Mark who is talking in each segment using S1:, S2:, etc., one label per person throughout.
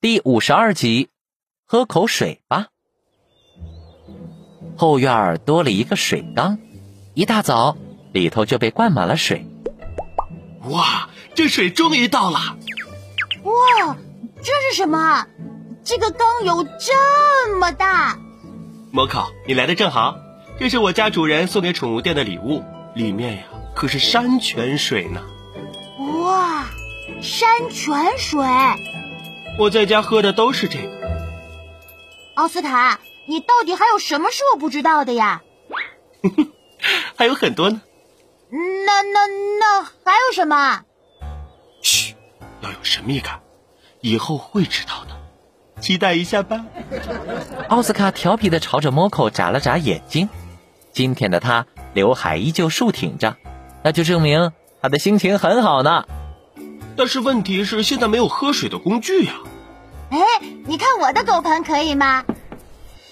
S1: 第五十二集，喝口水吧。后院儿多了一个水缸，一大早里头就被灌满了水。
S2: 哇，这水终于到了！
S3: 哇，这是什么？这个缸有这么大？
S2: 摩考，你来的正好，这是我家主人送给宠物店的礼物，里面呀可是山泉水呢。
S3: 哇，山泉水！
S2: 我在家喝的都是这个。
S3: 奥斯卡，你到底还有什么是我不知道的呀？
S2: 还有很多呢。
S3: 那那那还有什么？
S2: 嘘，要有神秘感，以后会知道的，期待一下吧。
S1: 奥斯卡调皮的朝着 Moco 眨了眨眼睛。今天的他刘海依旧竖挺着，那就证明他的心情很好呢。
S2: 但是问题是，现在没有喝水的工具呀。
S3: 哎，你看我的狗盆可以吗？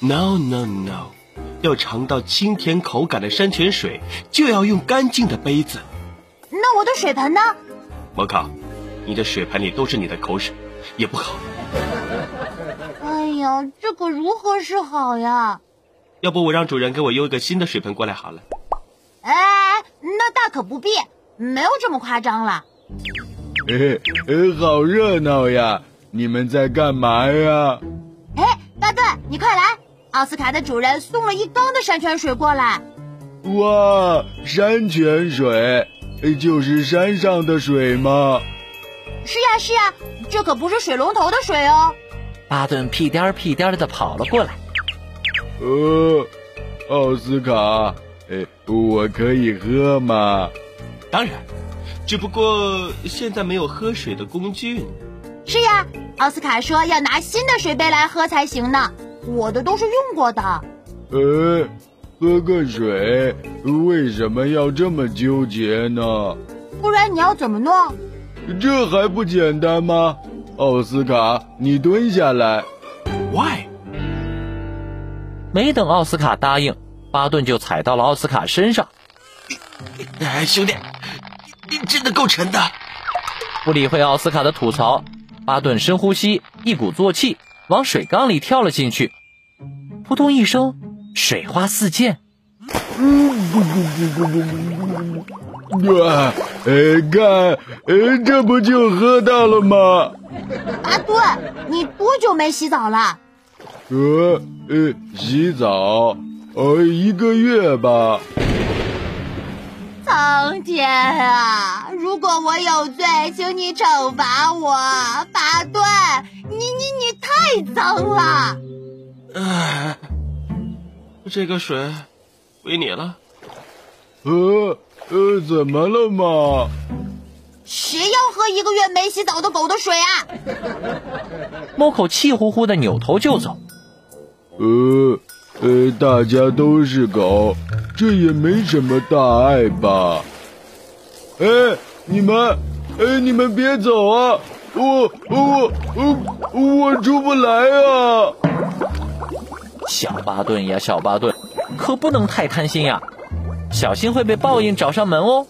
S2: No no no，要尝到清甜口感的山泉水，就要用干净的杯子。
S3: 那我的水盆呢？
S2: 摩卡，你的水盆里都是你的口水，也不好。
S3: 哎呀，这可如何是好呀？
S2: 要不我让主人给我邮一个新的水盆过来好了。
S3: 哎，那大可不必，没有这么夸张了。
S4: 哎哎，好热闹呀！你们在干嘛呀？
S3: 哎，大顿，你快来！奥斯卡的主人送了一缸的山泉水过来。
S4: 哇，山泉水，哎就是山上的水吗？
S3: 是呀是呀，这可不是水龙头的水哦。
S1: 巴顿屁颠儿屁颠儿的跑了过来。
S4: 呃，奥斯卡，哎，我可以喝吗？
S2: 当然，只不过现在没有喝水的工具呢。
S3: 是呀，奥斯卡说要拿新的水杯来喝才行呢。我的都是用过的。
S4: 呃，喝个水，为什么要这么纠结呢？
S3: 不然你要怎么弄？
S4: 这还不简单吗？奥斯卡，你蹲下来。
S2: Why？
S1: 没等奥斯卡答应，巴顿就踩到了奥斯卡身上。
S2: 哎，兄弟，你真的够沉的。
S1: 不理会奥斯卡的吐槽，巴顿深呼吸，一鼓作气往水缸里跳了进去。扑通一声，水花四溅。
S4: 啊， 哎，看，哎，这不就喝到了吗？
S3: 巴顿，啊你多久没洗澡了？
S4: 呃，呃，洗澡，呃，一个月吧。
S3: 苍天啊！如果我有罪，请你惩罚我，巴顿！你你你太脏了！
S2: 哎，这个水归你了。
S4: 呃，呃，怎么了嘛？
S3: 谁要喝一个月没洗澡的狗的水啊？
S1: 猫口气呼呼的扭头就走。
S4: 呃，呃，大家都是狗，这也没什么大碍吧？哎，你们，哎，你们别走啊！我我我我出不来啊！
S1: 小巴顿呀，小巴顿，可不能太贪心呀，小心会被报应找上门哦。